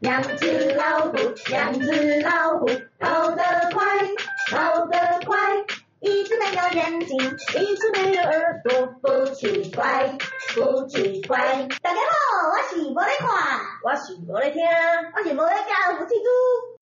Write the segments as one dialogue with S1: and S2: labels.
S1: 两只老虎，两只老虎，跑得快，跑得快。一只没有眼睛，一只没有耳朵，不奇怪，不奇怪。
S2: 大家好，我是无咧看，
S1: 我是无咧听，
S2: 我是无咧教，我是猪。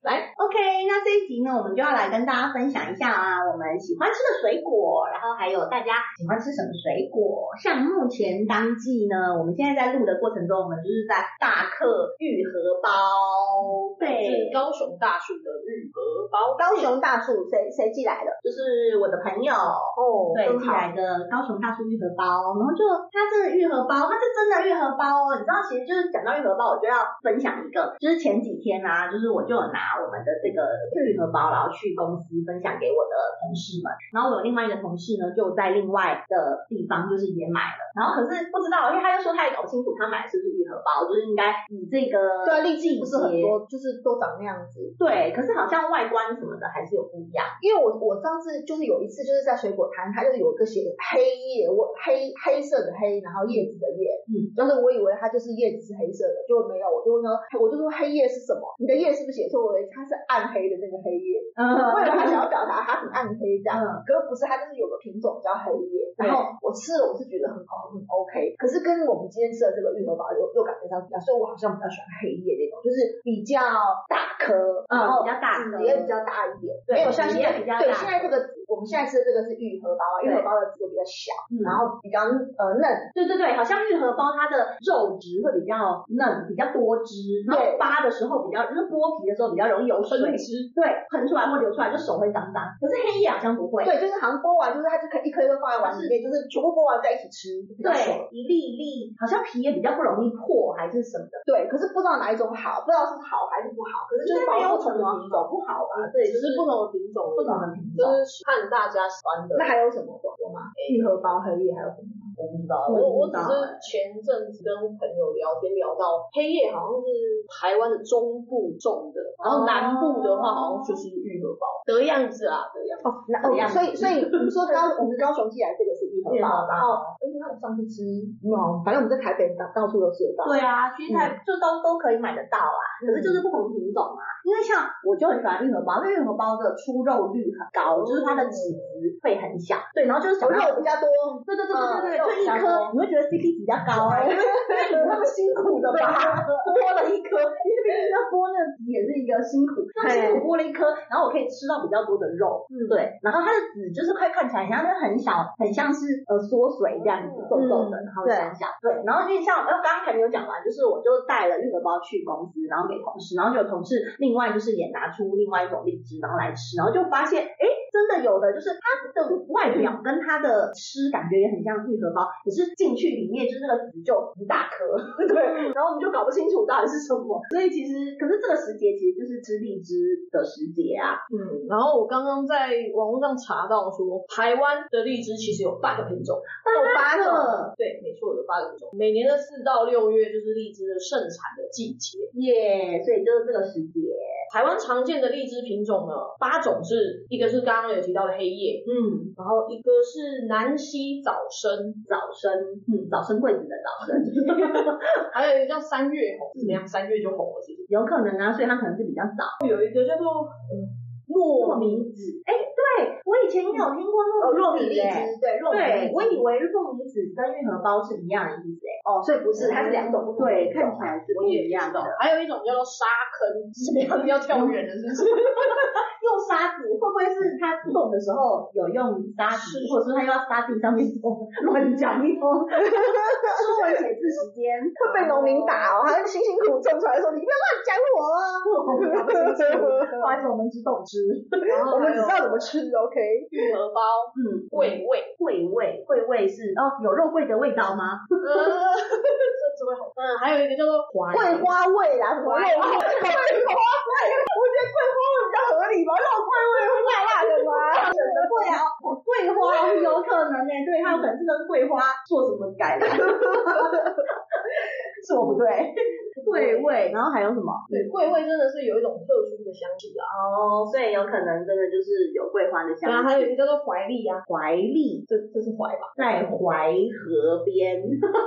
S1: 来，
S2: OK，那这一集呢，我们就要来跟大家分享一下啊，我们喜欢吃的水果，然后还有大家喜欢吃什么水果。像目前当季呢，我们现在在录的过程中，我们就是在大客玉荷包，
S3: 是高雄大树的日荷包，
S2: 高雄大树谁谁寄来的？就是我的朋友，
S3: 哦
S2: 对，寄来的高雄大树玉荷包，然后就它这个玉荷包，它是真的玉荷包哦。你知道，其实就是讲到玉荷包，我就要分享一个，就是前几天啊，就是我就有拿我们的这个玉荷包，然后去公司分享给我的同事们，然后我有另外一个同事呢，就在另外的地方就是也买了，然后可是不知道，因为他就说他也搞不清楚他买的是不是玉荷包，就是应该以这个
S3: 对啊，荔枝不是很
S2: 季节
S3: 多，就是都长那样子。
S2: 对，可是好像外观什么的还是有不一样。
S3: 因为我我上次就是有一次就是在水果摊，它就是有一个写黑叶，我黑黑色的黑，然后叶子的叶，
S2: 嗯，
S3: 就是我以为它就是叶子是黑色的，就没有，我就问他，我就说黑叶是什么？你的叶是不是写错？我以为它是暗黑的那个黑叶，
S2: 嗯
S3: 我以为他想要表达它很暗黑这样，
S2: 嗯
S3: 可是不是，它就是有个品种叫黑叶。
S2: 对
S3: 然后我吃了，我是觉得很哦很 OK，可是跟我们今天吃的这个玉荷包又又感觉上不一样，所以我好像比较喜欢黑叶那种，就是比较大颗，
S2: 嗯
S3: 然后
S2: 比较大颗
S3: 籽也比较大一点，
S2: 对
S3: 没有像
S2: 籽
S3: 现
S2: 也
S3: 在
S2: 比较
S3: 对
S2: 大
S3: 现在这个我们现在吃的这个是玉荷包啊，玉
S2: 对嗯
S3: 荷包的籽就比较小，
S2: 然
S3: 然
S2: 后
S3: 后比较呃嫩，
S2: 对对对，好像玉荷包它的肉质会比较嫩，比较多汁，然后
S3: 对
S2: 扒的时候比较就是剥皮的时候比较容易有水，
S3: 汁。
S2: 对，喷出来或流出来就手会脏脏。可是黑叶好像不会，
S3: 对，就是好像剥完，就是它就可以一颗一颗放在碗里面，就是全部剥完在一起吃，就比较爽。
S2: 对，一粒一粒，好像皮也比较不容易破还是什么的，
S3: 对，可是不知道哪一种好，不知道是好还是不好，可是就是
S2: 没有
S3: 保护
S2: 什
S3: 同
S2: 么
S3: 的品种。
S2: 不好吧？对，就是
S4: 不同的品种而已，
S2: 不同的品
S4: 就
S2: 种。
S4: 是看大家喜欢的。
S3: 那还有什么种有吗？玉荷包黑叶还有什么？
S4: 我不知道，
S2: 我也
S4: 我我
S2: 不知
S4: 只
S2: 道
S4: 是前阵子跟朋友聊天聊到黑夜好像是台湾的中部种的，然后南部的话好像就是玉荷包的样子啊，的样子。
S3: 哦，那
S2: 怎样
S3: 哦，所以 所以你说高我们高雄寄来这个是玉荷
S2: 玉荷
S3: 包，
S2: 包
S3: 然后哎，那我上次吃没有，反正我们在台北到到处都吃得到。
S2: 对啊，其实它就都、都可以买得到啊，可是
S4: 嗯
S2: 就是不同品种啊。因为像我就很喜欢玉荷包，因为玉荷包的出肉率很高，就是它的脂质会很小，对，然后就是
S3: 我
S2: 想要
S3: 肉比较多，
S2: 对对对对对对，
S3: 哦嗯
S2: 就一
S3: 肉比较
S2: 颗
S3: 多
S2: 你会觉得 CP 值比较 高啊，因为因为你那么辛苦的吧， 剥了一颗，因为毕竟要剥那个皮也是一个辛苦，那辛苦剥了一颗，然后我可以吃到比较多的肉，
S3: 嗯，
S2: 对，然后它的籽就是快看起来很像，它很小，很像是呃缩水这样子，皱皱的，然后小小。对，然后因为像呃刚刚还没有讲完，就是我就带了玉荷包去公司，然后给同事，然后就有同事另外就是也拿出另外一种荔枝，然后来吃，然后就发现诶真的有的就是它的外表跟它的吃感觉也很像玉荷包，可是进去里面就是那个籽就很大 颗，对，然后我们就搞不清楚到底是什么，所以其实可是这个时节其实就是吃荔枝的时节啊，
S4: 嗯，然后我刚刚在网络上查到说，台湾的荔枝其实有八个品种，
S3: 有八种，
S2: 哦个
S4: 对，没错，有八个品种。每年的四到六月就是荔枝的盛产的季节。
S2: 耶所以就是这个时节，
S4: 台湾常见的荔枝品种呢，八种是一个是刚刚有提到的黑叶，
S2: 嗯，
S4: 然后一个是南溪早生，
S2: 早生，嗯，早生贵子的早 生，
S4: 还有一个叫三月红，怎
S2: 嗯
S4: 么样？三月就红了，是不是？
S2: 有可能啊，所以它可能是比较早。
S4: 有一个叫做嗯糯米籽，
S2: 哎，对我以前也有听过糯糯哦米荔
S3: 米荔
S2: 枝，
S3: 枝，对，糯米
S2: 对
S3: 荔
S2: 我以为糯米籽跟玉荷包是一样的意思，哎，
S3: 哦，所以不
S4: 嗯
S3: 是，它是两种不同的
S2: 对，
S3: 品种
S2: 看起来是不
S4: 我
S2: 一
S4: 也
S2: 样的
S4: 知道。。还有一种叫做沙坑，怎么样？要跳远了，是不是？
S2: 用沙子会不会是他种的时候有用沙子，或者说他又要沙地上面种？乱讲一通。说文解字时间
S3: 会被农民打哦，还辛辛苦苦种出来的时候，你不要乱讲我啊！
S2: 不好意思，我们只懂吃。
S4: 然后
S3: 我们
S4: 还
S3: 只
S4: 有
S3: 知道怎么吃，OK？
S4: 玉荷包、
S2: 嗯，
S4: 桂味，
S2: 桂味，桂味是哦，有肉桂的味道吗？
S4: 呃， 这只会红。嗯，还有一个叫做槐
S3: 桂花味啊啦，什么肉桂花味？我觉得桂花味比较合理吧，肉桂味会辣辣的吗？
S2: 对啊，桂花有可能呢、对，它有可能是跟桂花做什么改的，是我不对。桂味，然后还有什么？
S4: 对，桂味真的是有一种特殊的香气啊。
S2: 哦，所以有可能真的就是有桂花的香气。
S4: 对啊，还有一个叫做怀丽啊，
S2: 怀丽
S4: 这这是怀吧？
S2: 在淮河边，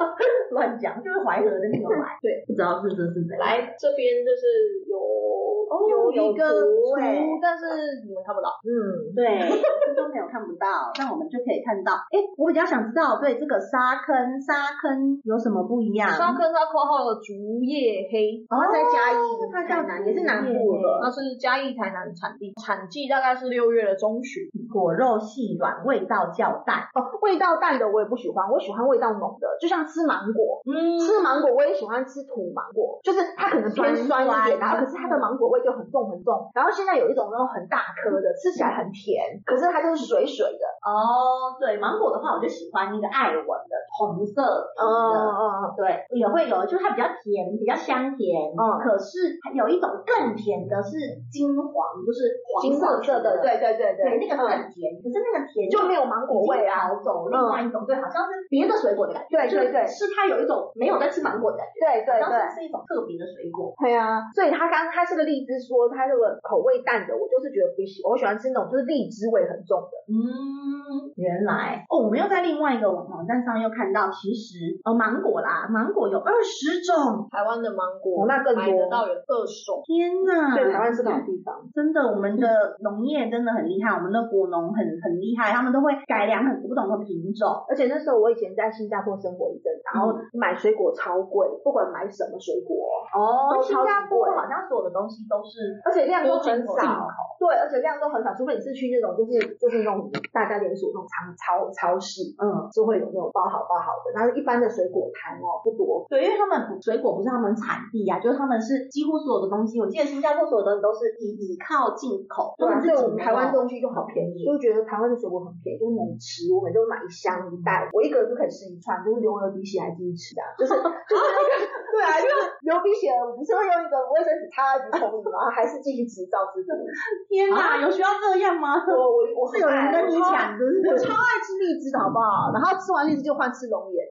S2: 乱讲，就是淮河的那个 淮。
S4: 对，
S2: 不知道是这是怎样。
S4: 来这边就是有有
S2: 有
S4: 有
S2: 一个
S4: 图
S2: 哎
S4: 但是你们看不到。
S3: 嗯，
S2: 对，听众朋友看不到，但我们就可以看到。哎，我比较想知道，对这个沙坑，沙坑有什么不一样？
S4: 沙坑它括号了竹叶黑，
S2: 哦，
S3: 它在嘉义
S2: 它叫
S3: 台南也是南部的
S2: 嗯
S4: 它是嘉义台南产地，产季大概是六月的中旬。
S2: 果肉细软，味道较淡。
S3: 哦，味道淡的我也不喜欢，我喜欢味道浓的，就像吃芒果，
S2: 嗯
S3: 吃芒果我也喜欢吃土芒果，就是它可能偏酸一点，
S2: 酸
S3: 然后可是它的芒果味就很重很重。然后现在有一种那种很大颗的，吃起来很甜，可是它就是水水的。
S2: 哦，对，芒果的话，我就喜欢那个艾文的红色皮的。
S3: 哦
S2: 对，也会有，就是它比较甜，比较香甜。
S3: 嗯
S2: 可是有一种更甜的是金黄，就是黄
S3: 哦金黄色的，
S2: 的，
S3: 对对对
S2: 对，那个
S3: 嗯
S2: 更甜。可是那个甜
S3: 就没有芒果味啊。
S2: 好走另外一种，对，好像是别的水果的感觉，
S3: 对对对
S2: 就是它有一种没有在吃芒果的感
S3: 对对
S2: 觉，好
S3: 对。
S2: 像是是一种特别的水果。
S3: 对啊，所以他刚他这个荔枝说他这个口味淡的，我就是觉得不喜，我喜欢吃那种就是荔枝味很重的。
S2: 嗯，原来哦，我们又在另外一个网网站上又看到，其实呃芒果啦，芒果有二十种，
S4: 台湾的芒果
S3: 哦那更多
S4: 买得到有二手，
S2: 天呐！
S3: 对，台湾是这种地方，
S2: 真的，我们的农业真的很厉害，我们的果农很很厉害，他们都会改良很古董的品种。
S3: 而且那时候我以前在新加坡生活一阵子，然
S4: 嗯
S3: 后买水果超贵，不管买什么水果，
S2: 哦新加坡
S3: 超级贵
S2: 好像所有的东西都是
S3: 而且量都很
S4: 都进口
S3: 少，对，而且量都很少，除非你是去那种就是就是那种大家连锁那种超超超市，
S2: 嗯，
S3: 就会有那种包好包好的，但是一般的水果摊哦不多，
S2: 对，因为他们不水果不是他们产地呀、就是他们是几乎所有的东西，我记得新加坡所有的东西都是依依靠进口，
S3: 对
S2: 他
S3: 啊，
S2: 们自
S3: 所以
S2: 己
S3: 我们
S2: 没有
S3: 台湾东西就好便宜，就觉得台湾的水果很便宜，就是能吃，我每次都买一箱一袋，我一个人就可以吃一串，就是流了鼻血还继续吃啊， 就是就是那个对啊，就是流鼻血了，我不是会用一个卫生纸擦在鼻孔里吗？还是继续吃，照吃不误。
S2: 天哪、
S3: 啊
S2: 有需要这样吗？
S3: 我我我
S2: 是有人跟你抢，的，
S3: 我
S2: 是
S3: 超爱吃荔枝的好不好？然后吃完荔枝就换吃龙眼，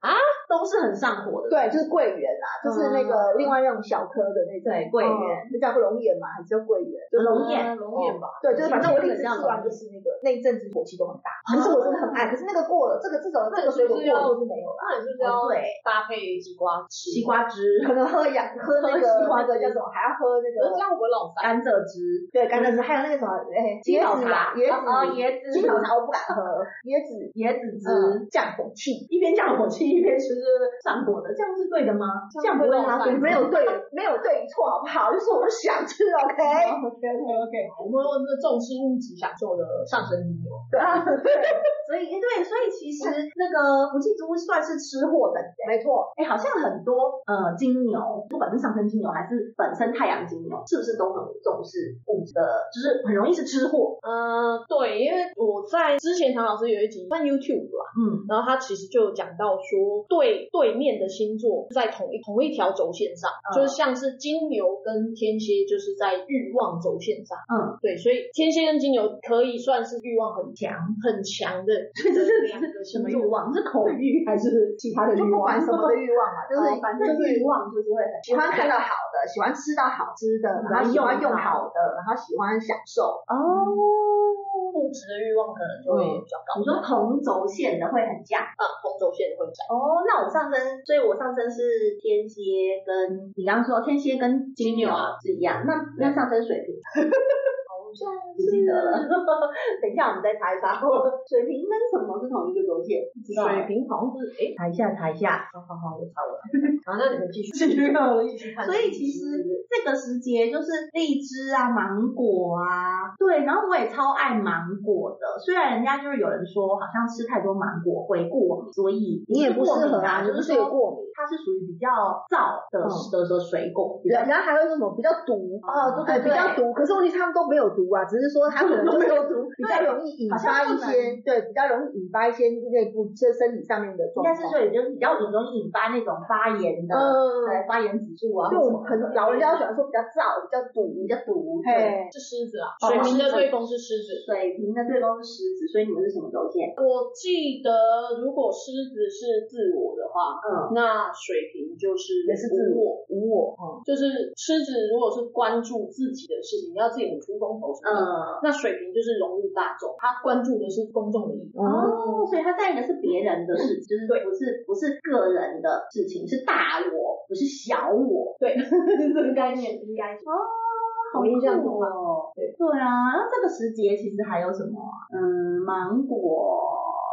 S2: 都是很上火的。
S3: 对，就是桂圆啦，就是那个另外那种小颗的那种嗯
S2: 对桂圆，
S3: 那叫龙眼嘛，还是叫桂圆？就
S2: 龙眼
S4: 嗯龙眼吧，
S3: 哦对，就是反正我荔枝
S2: 这样哦
S3: 吃
S2: 子
S3: 完就是那个那一阵子火气都很大，可是我真的很爱，可是那个过了，这个这种这个水果过了就是没有了，
S4: 那你是不是要
S2: 哦对，
S4: 搭配西瓜吃？
S2: 西瓜汁、
S3: 可能喝 养喝那
S2: 喝
S3: 个
S2: 西瓜
S3: 那个叫什么，还要喝那
S4: 可是
S2: 啊
S3: 个
S4: 这样会不会老塞？
S2: 甘蔗汁、
S3: 对甘蔗汁，还有那个什么哎
S2: 青
S3: 椰
S2: 草
S3: 子
S2: 茶
S3: 啦，椰
S4: 啊
S2: 哦
S3: 子
S2: 椰子、
S3: 青草茶我不敢喝，椰子
S2: 椰子汁、
S3: 嗯降火气。
S2: 一边降火气一边吃上火的，这样是对的吗？这样不会拉肚
S4: 对
S2: 子，
S3: 没有 对，没有对与错，好不好？就是我们想吃，OK？
S2: OK OK OK，
S4: 我们用这重视物质享受的上升精油，
S3: 对啊，
S2: 所以对，所以其实那个福气猪算是吃货的人，
S3: 没错，
S2: 哎，好像很多呃金牛，不管是上升金牛还是本身太阳金牛，是不是都很重视物质的，就是很容易是吃货，
S4: 嗯，对，因为我在之前唐老师有一集看 YouTube 吧，
S2: 嗯，
S4: 然后他其实就有讲到说，对对面的星座在同一同一条轴线上，
S2: 嗯
S4: 就是像是金牛跟天蝎就是在欲望轴线上，
S2: 嗯，
S4: 对，所以天蝎跟金牛可以算是欲望很强很强 的两个
S2: 什
S4: 星
S2: 么
S4: 座
S2: 欲。望是口欲还是其他的欲
S3: 就
S2: 望？
S3: 不管什么的欲望嘛，就是、
S2: 哦反正
S3: 就是
S2: 欲望就是会很
S3: 喜欢看到好的，喜欢吃到好吃的，然嗯后喜欢用好的，然后喜欢享受。
S2: 哦。
S4: 物质的欲望可能就会比较高，
S2: 你说同轴线的会很像
S4: 啊，同轴线会讲，
S2: 哦，那我上升，所以我上升是天蝎跟你刚刚说天蝎跟金牛是一样，那那上升水瓶
S4: 好
S2: 不记得了， 等一下我们再查一查。水瓶跟什么是同一个轴线？不知道。欸
S4: 水瓶好像是哎，
S2: 查一下，查一 下。
S4: 好好好，我查我查，好，那你们继续，
S2: 继续看
S4: 我一起看
S2: 所以其实这个时节就是荔枝啊、芒果啊，对。然后我也超爱芒果的，虽然人家就是有人说好像吃太多芒果会过敏，所以
S3: 你也不适合
S2: 啊，
S3: 啊，你
S2: 就
S3: 不
S2: 是
S3: 是有
S2: 说
S3: 过敏？
S2: 它是属于比较燥的
S3: 嗯
S2: 的的水果，比较
S3: 人家还会说什么比较毒
S2: 哦对对
S3: 哎
S2: 对
S3: 比较毒。可是问题是他们都没有毒毒啊，只是说它可能就 是
S4: 没有毒，
S3: 比较容易引
S2: 好
S3: 发一
S2: 像不
S3: 些对比较容易引发一些内部这身体上面的
S2: 应
S3: 状
S2: 该
S3: 况。
S2: 是说，也就是比较容易引发那种发炎的，
S3: 嗯，
S4: 呃
S2: 对，发炎指数啊，
S3: 就我们
S2: 可
S3: 很
S2: 能
S3: 老人家喜欢说比较燥，比较
S2: 比
S3: 堵，
S2: 较毒，对，
S3: 嘿，
S4: 是狮子啊，
S2: 哦
S4: 水瓶的对宫是狮子。
S2: 水瓶的对宫是狮子，所以你们是什么轴线？
S4: 我记得，如果狮子是自我的话，
S2: 嗯，
S4: 那水瓶就是
S3: 也是自
S4: 无我。
S3: 无我，
S4: 就是狮子如果是关注自己的事情，要自己很出风头什么的，
S2: 嗯，
S4: 那水瓶就是融入大众，他关注的是公众利益。嗯
S2: 哦，所以他在意的是别人的事，就是不是不是个人的事情，是大我，不是小我。
S4: 对， 这个概念应该是。
S2: 哦，好
S4: 我印象中
S2: 酷哦。对对啊，那这个时节其实还有什么啊？嗯，芒果。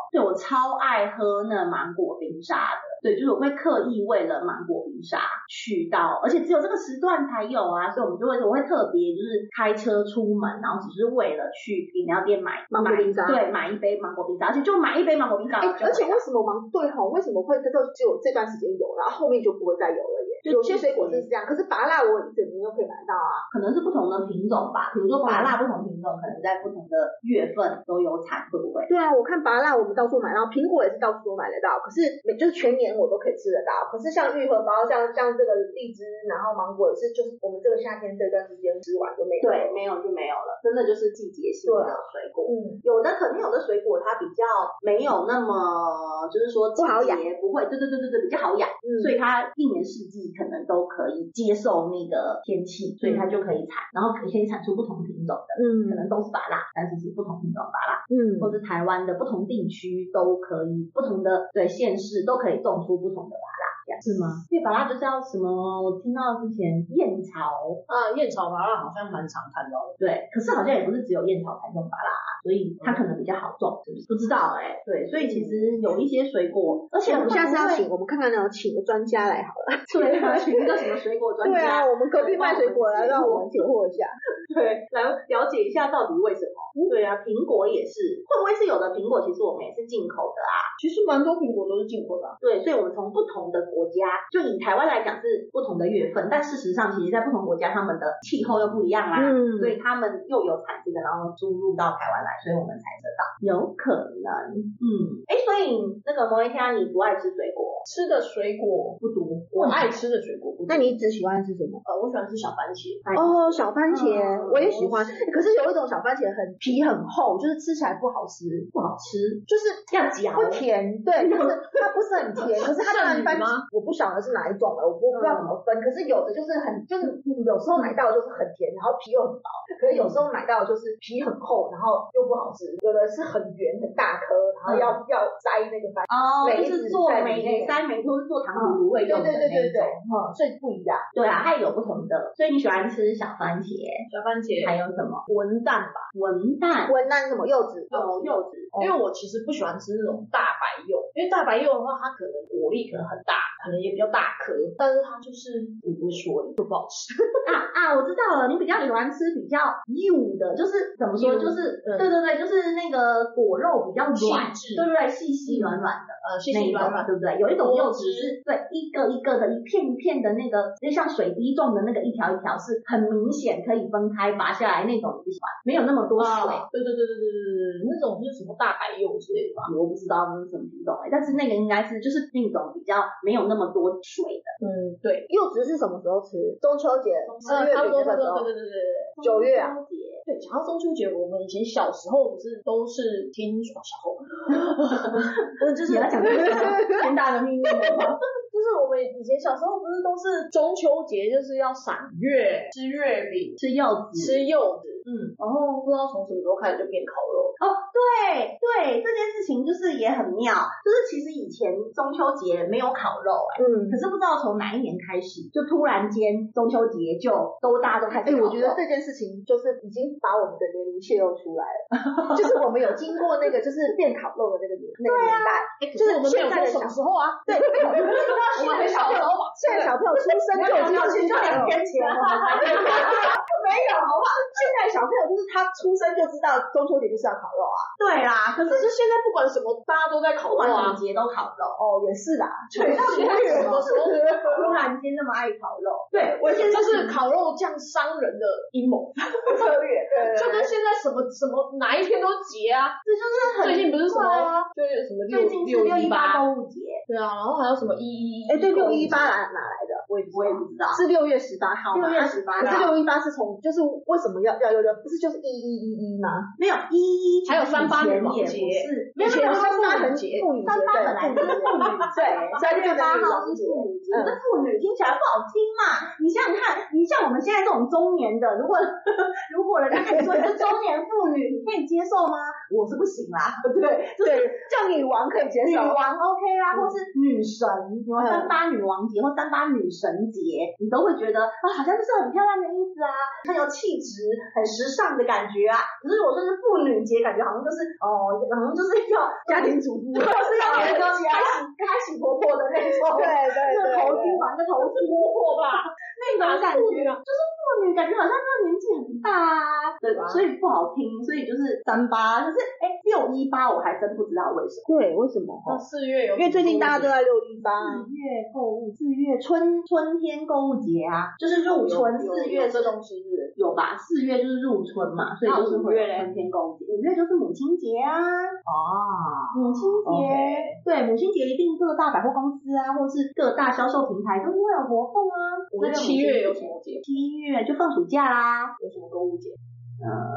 S2: 对，我超爱喝那芒果冰沙的。对，就是我会刻意为了芒果冰沙去到，而且只有这个时段才有啊，所以我们就会我会特别就是开车出门，然后只是为了去饮料店买
S3: 芒果冰
S2: 买
S3: 沙
S2: 对，买一杯芒果冰沙，而且就买一杯芒果冰沙。
S3: 哎，而且为什么芒对吼？为什么会这个只有这段时间有，然后后面就嗯不会再有了耶？
S2: 就
S3: 有些水果真是这样，可是芭乐我一整年都可以买到啊。
S2: 可能是不同的品种吧，比如说芭辣不同品种可能在不同的月份都有产，会不会？
S3: 对啊，我看芭乐我们到处买到，苹果也是到处都买得到，可是每就是全年我都可以吃得到。可是像玉荷包，像像这个荔枝，然后芒果也是，就是我们这个夏天这段时间吃完就没有了。
S2: 对，没有就没有了，真的就是季节性
S3: 对
S2: 的水果。
S3: 嗯，
S2: 有的可能有的水果它比较没有那么，就是说季
S3: 不好养
S2: 节不会，对对对对对，比较好养，
S3: 嗯
S2: 所以它一年四季可能都可以接受那个天气，所以它就可以产，然后可以产出不同品种的，可
S3: 嗯
S2: 能都是芭辣，但是是不同品种芭辣，
S3: 嗯
S2: 或是台湾的不同地区都可以，不同的对县市都可以种出不同的芭辣，这样是吗？因为芭辣就是要什么，我听到之前燕巢
S4: 啊，燕巢麻辣好像蛮常看到的。
S2: 对，可是好像也不是只有燕巢才种芭拉啊，所以它可能比较好种，是不是？不知道哎、对，所以其实有一些水果，而且
S3: 我们下次要
S2: 它
S3: 请，我们看看能请个专家来好了。
S2: 不会对啊，请那个什么水果专
S3: 对啊，
S2: 家，
S3: 我们隔壁卖水果来让我们解惑一下。
S2: 对，来了解一下到底为什
S3: 嗯
S2: 么。对啊，苹果也是，会不会是有的苹果其实我们也是进口的啊？
S4: 其实蛮多苹果都是进口的啊、
S2: 对，所以我们从不同的国家，就以台湾来讲是不同的月份，但事实上其实在不同国家他们的气候又不一样啦、
S3: 嗯
S2: 所以他们又有产这个，然后输入到台湾来，所以我们才知道有可能，嗯，哎，所以那个摩一天你不爱吃水果，
S4: 吃的水果不毒，我
S2: 为什么
S4: 爱吃的水果不毒。
S3: 那你只喜欢吃什么？
S4: 呃，我喜欢吃小番茄。
S2: 哎，
S3: 哦，小番茄、
S2: 嗯
S3: 我也喜欢，可是有一种小番茄很皮很厚，就是吃起来不好吃，
S2: 不好吃，
S3: 就是
S2: 要嚼，
S3: 不甜，对，就是它不是很甜，可是它当然番
S4: 剩女吗
S3: 茄我不晓得是哪一种了，我不不知道怎么分，可是有的就是很就是有时候买到的就是很甜，然后皮又很薄，可是有时候买到的就是皮很厚，然后又不好吃，有的是很圆很大颗，然后要、要摘那个番茄，
S2: 哦，
S3: 梅
S2: 就
S3: 子
S2: 是做
S3: 在
S2: 梅
S3: 里面
S2: 塞梅或是做糖葫芦会
S3: 对
S2: 用的
S3: 对
S2: 那
S3: 对对
S2: 种，
S3: 对，嗯，所以不一样，
S2: 对啊，它也有不同的，所以你喜欢吃小番茄，
S4: 小番茄
S2: 还有什么
S4: 文旦吧，
S2: 文旦？
S3: 文那是什么柚子，
S2: 哦，柚子，
S4: 因为我其实不喜欢吃那种大白柚，因为大白柚的话，它可能果粒可能很大，可能也比较大颗，但是它就是我不会说就不好吃。
S2: 啊啊，我知道了，你比较喜欢吃比较幼的，就是怎么说，
S4: 幼
S2: 就是
S4: 嗯
S2: 对对对，就是那个果肉比较软，
S4: 细致
S2: 对对对，细细软软的
S4: 呃，细
S2: 嗯那
S4: 细
S2: 一
S4: 软
S2: 种，
S4: 软。
S2: 对不对？有一种
S4: 多
S2: 柚子
S4: 汁
S2: 是对一个一个的，一片一片的那个，就像水滴状的那个一条一条，是很明显可以分开拔下来那种，你不喜欢，没有那么多水。
S4: 啊，对对对对对对对对，那种就是什么大白柚之类的吧。
S2: 我不知道那是什么品种哎，但是那个应该是就是那种比较没有那么多水的，
S3: 嗯，
S4: 对，
S3: 柚子是什么时候吃？中秋节
S4: 呃，
S3: 四月
S4: 差不
S3: 底那
S4: 多，差
S3: 个时
S4: 不
S3: 候，
S4: 多，对对对对对。
S3: 九月啊
S2: 中秋节
S4: 对，讲到中秋节，我们以前小时候不是都是听小时候，
S2: 我呃就是你要讲这个天大的秘密 了，
S4: 就是我们以前小时候不是都是中秋节就是要赏月、吃月饼、
S2: 吃柚子，
S4: 吃柚子，
S2: 嗯。
S4: 然后不知道从什么时候开始就变烤肉。
S2: 哦，对对，这件事情就是也很妙，就是其实以前中秋节没有烤肉、哎，
S3: 嗯
S2: 可。是不知道从哪一年开始，就突然间中秋节就都大家都开始
S3: 哎、
S2: 烤肉。
S3: 我觉得这件事情就是已经把我们的年龄泄露 出来了，就是我们有经过那个就是变烤肉的那个年那个年代，
S4: 哎，
S3: 啊
S4: 可
S3: 就是
S4: 我们没有
S3: 现在的
S4: 说什么时候啊？
S3: 对，对，
S4: 我们很小时候嘛，
S3: 现在小朋友出生就已经
S4: 要去就两天前
S3: 啊
S4: 了。
S3: 没有，好不好？现在小朋友就是他出生就知道中秋节就是要烤肉啊。
S2: 对啦，可
S4: 可
S2: 是
S4: 是现在不管什么，大家都在
S2: 不
S4: 烤
S2: 管什
S4: 肉
S2: 么
S4: 啊，
S2: 节都烤肉，
S3: 哦，也是啦，
S4: 对
S3: 到底
S4: 现在
S3: 为
S4: 什
S3: 什么
S4: 么时候
S2: 突然间那么爱烤肉，
S4: 对，我
S2: 而且
S4: 这是烤肉酱商人的阴谋，
S3: 策略？对
S4: 就跟现在什么什么哪一天都节啊，
S2: 这就是很
S4: 最近不是什
S2: 怪
S4: 么
S2: 啊
S4: 就是什么
S2: 最近是
S4: 六
S2: 六一八
S4: 八，
S2: 购物节，
S4: 对啊，然后还有什么一一一，
S3: 哎，对，六一八哪哪来的？
S2: 我也我也不知道，
S3: 是六月十八号吗
S2: 六月十八
S3: 可是
S2: 号
S3: 六一八是从，就是为什么要要六六？不是就是一一一一吗？
S2: 没有一一，
S4: 还有三八
S2: 年
S4: 女王
S2: 也不
S4: 节
S2: 是，
S4: 没有
S3: 以前
S4: 没有
S3: 三八
S4: 妇女
S3: 很
S4: 节
S3: 妇女节，
S2: 三八
S3: 对
S2: 本来
S3: 妇
S2: 就
S3: 女
S2: 是
S3: 节
S2: 妇女节，三月八号是妇女节，
S3: 嗯
S2: 这妇女听起来不好听嘛？你想想看，你像我们现在这种中年的，如果 如果人家跟你说你是中年妇女，你可以接受吗？我是不行啦，对，就是
S3: 对，嗯叫女王可以接
S2: 女
S3: 受。
S2: 王 OK 啦，或是女神，三八女王节或三八女神节，你都会觉得啊，好像这是很漂亮的衣服啊，很有气质，很时尚的感觉啊。可是我说是妇女节，感觉好像就是哦，好像就是要
S3: 家庭主 妇，对
S2: 我是要有一个开始开始婆婆的那种，那
S3: 对
S2: 个
S3: 对，
S2: 头巾绑个头巾
S4: 摸货吧，
S2: 那种感觉，就是妇女感觉好像那个年纪很大啊，对吧？所以不好听，所以就是三八，可是哎六一八我还真不知道为什么。
S3: 对，为什么？哦
S4: 那四月有，
S3: 嗯因为最近大家都在六一八，
S2: 四月购物，四月春春天购物节啊，就是入春，四月
S4: 这东西日，
S2: 有吧？四月就是入春嘛，所以就是
S4: 那五
S2: 会有
S4: 月嘞
S2: 春天购物节。五月就是母亲节啊，
S4: 哦，
S2: 母亲节
S4: OK
S2: 对，母亲节一定各大百货公司啊，或是各大销售平台都会有活动啊。
S4: 我们
S2: 那
S4: 七月有什？么节？
S2: 七月就放暑假啦，
S4: 有什么购物节？
S2: 呃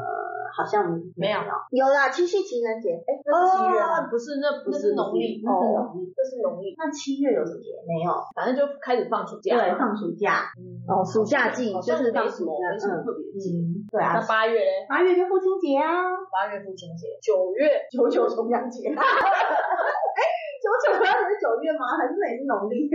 S2: 好像
S4: 没有
S3: 有啦，七夕情人节，哎，
S4: 那
S2: 七月啊
S4: 不是，那
S2: 不
S4: 那
S2: 是
S4: 是农历，
S2: 那是农历。
S4: 这是农历，
S2: 那七月有什么节？没有，
S4: 反正就开始放暑假，
S2: 对，放暑假，
S4: 嗯
S3: 哦暑假季
S4: 好像
S3: 就是放
S4: 没什么
S3: 暑假
S4: 没什么
S3: 嗯
S4: 特别的节。
S2: 嗯，对啊
S4: 那。八月嘞？
S2: 八月就父亲节啊，
S4: 八月父亲节，九月
S2: 九九重阳节。哎，九九重阳节是九月吗？还是那也是农历？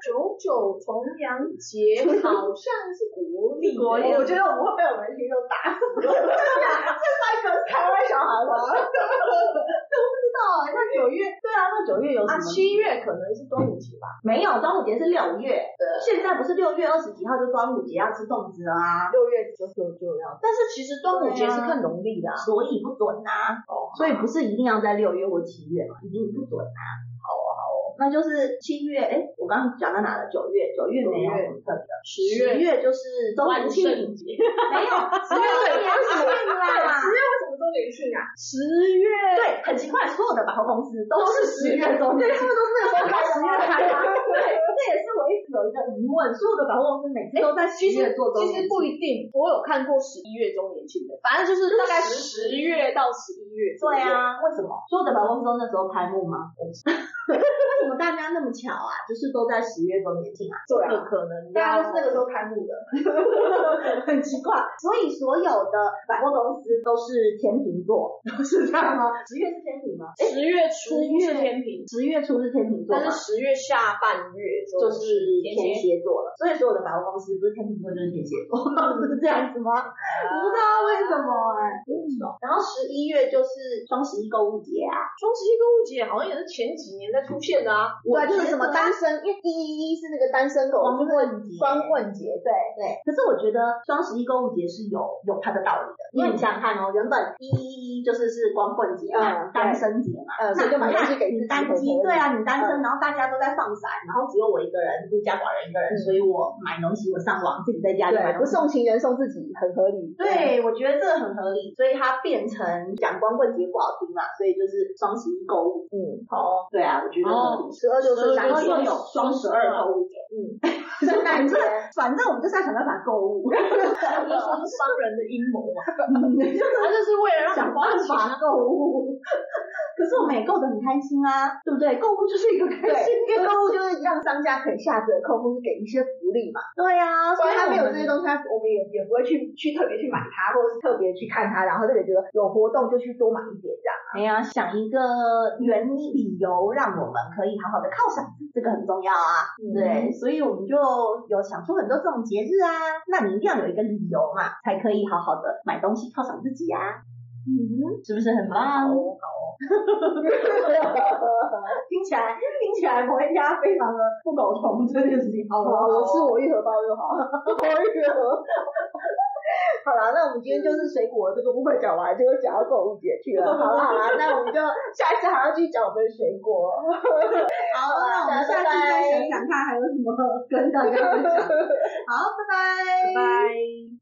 S4: 九九重阳节好像是国历的，
S2: 国
S4: 哦
S2: 历
S3: 我
S4: 我
S3: 觉得我们会被我们听众打死，
S2: 那个台湾小孩 吗？都不知道哎。那九月，对啊，那九月有什
S4: 啊
S2: 么？
S4: 七月可能是端午节吧，
S2: 没有，端午节是六月。
S4: 对。
S2: 现在不是六月二十几号就端午节要吃粽子了啊，
S3: 六月九九就要
S4: 但是其实端午节是看农历的啊，
S2: 所以不准啊。
S4: 哦
S2: 所以不是一定要在六月或七月嘛，一定不准啊。
S4: 好啊好啊，
S2: 那就是七月，哎，我刚刚讲到哪了？九月，九月没有
S4: 九月
S2: 什么特别的。
S4: 十
S2: 十
S4: 月
S2: 月就是中
S4: 万
S2: 午庆
S4: 圣节，
S2: 没有，十月份也要庆
S3: 啊
S2: 啦。
S4: 为什么周年庆啊？十月
S2: 对，很奇怪，所有的百货公司都是十月中，
S3: 对
S2: 他们都是那个时候开
S3: 始
S2: 十月开的。对，这也是我一直有一个疑问，所有的百货公司每次都在十
S4: 啊其实
S2: 月做周
S4: 其
S2: 年
S4: 实
S2: 庆
S4: 不一定，我有看过十一月周年庆的，反正就是大概
S2: 就是
S4: 十月到十一月。
S2: 对，啊，为什么所有的百货公司都那时候开幕吗？ 我不知道为什么大家那么巧啊？就是都在十月周年庆啊，
S3: 对啊，
S4: 这个可能
S3: 大家
S4: 要
S3: 都是那个时候开幕的，
S2: 很奇怪。所以所有的百货公司都是天秤座，是这样吗？十月是天平吗？
S4: 十月初是天平，
S2: 十月初是天秤座
S4: 但
S2: 吗
S4: 是？十月下半月
S2: 就
S4: 就是天
S2: 天
S4: 蝎，
S2: 蝎座了，所以所有的百货公司不是天秤座就是天蝎座， 啊是这样子吗？我不知道为什么哎、然后十一月就是双十一购物节啊，
S4: 双十一购物节好像也是前几年在出现的啊。
S3: 对啊，就是什么单身，因为一一一是那个单身狗，就是
S2: 棍节
S3: 光棍节，对对，
S2: 可是我觉得双十一购物节是有有它的道理的，因为你想想看哦，原本一一一就是是光棍节嘛，
S3: 嗯对
S2: 单身节嘛。
S3: 呃，
S2: 那
S3: 所以就买
S2: 你
S3: 东
S2: 看
S3: 西给自
S2: 你
S3: 己
S2: 单
S3: 合
S2: 机，
S3: 合
S2: 对啊，你单身，然后大家都在放闪，然后只有我一个人孤家寡人一个人，所以我买东西，我上网自己在家里买东
S3: 对，不
S2: 西，
S3: 送情人送自己，很合理，
S2: 啊对，我觉得这个很合理，所以它变成讲光棍节不好听啦，所以就是双十一购物。
S3: 嗯，
S2: 哦，对啊，我觉得合理。
S3: 十二就是
S2: 然
S3: 单
S2: 后
S3: 身
S2: 又有双十二购物节，嗯，圣诞节，反正我们就是要想办法购物，
S4: 我就说是商人的阴谋 嘛，
S2: 想
S4: 他嗯就是为了让你花
S2: 办
S4: 钱啊
S2: 法 购物。可是我们也购得很开心啊，对不对？购物就是一个
S3: 对
S2: 开心，
S3: 因为购物就是让商家可以下折扣，或是给一些福利嘛。
S2: 对啊，所
S3: 所
S2: 以
S3: 以他没
S2: 我
S3: 有这
S2: 们
S3: 些东西，他我们也也不会去去特别去买它，或者是特别去看它，然后特别觉得有活动就去多买一点这样。
S2: 哎呀，想一个原理由，让我们可以好好的犒赏自己，这个很重要啊。
S3: 嗯
S2: 对，所以我们就有想出很多这种节日啊。那你一定要有一个理由嘛，才可以好好的买东西犒赏自己啊。
S3: 嗯
S2: 是不是很
S4: 好
S2: 棒？
S4: 哦好 哦，
S2: 听起来听起来摩一家非常的不苟同这件事情，好
S3: 好
S2: 了，
S3: 了，我吃我一盒包就好了，我一盒。 好了，那我们今天就是水果这个部分讲完，就讲到购物节去 了。好了好了，那我们就下一次还要去讲我们的水果。
S2: 好，那我们下次
S3: 哎
S2: 再想想看还有什么跟大家分享。好，拜拜，
S3: 拜。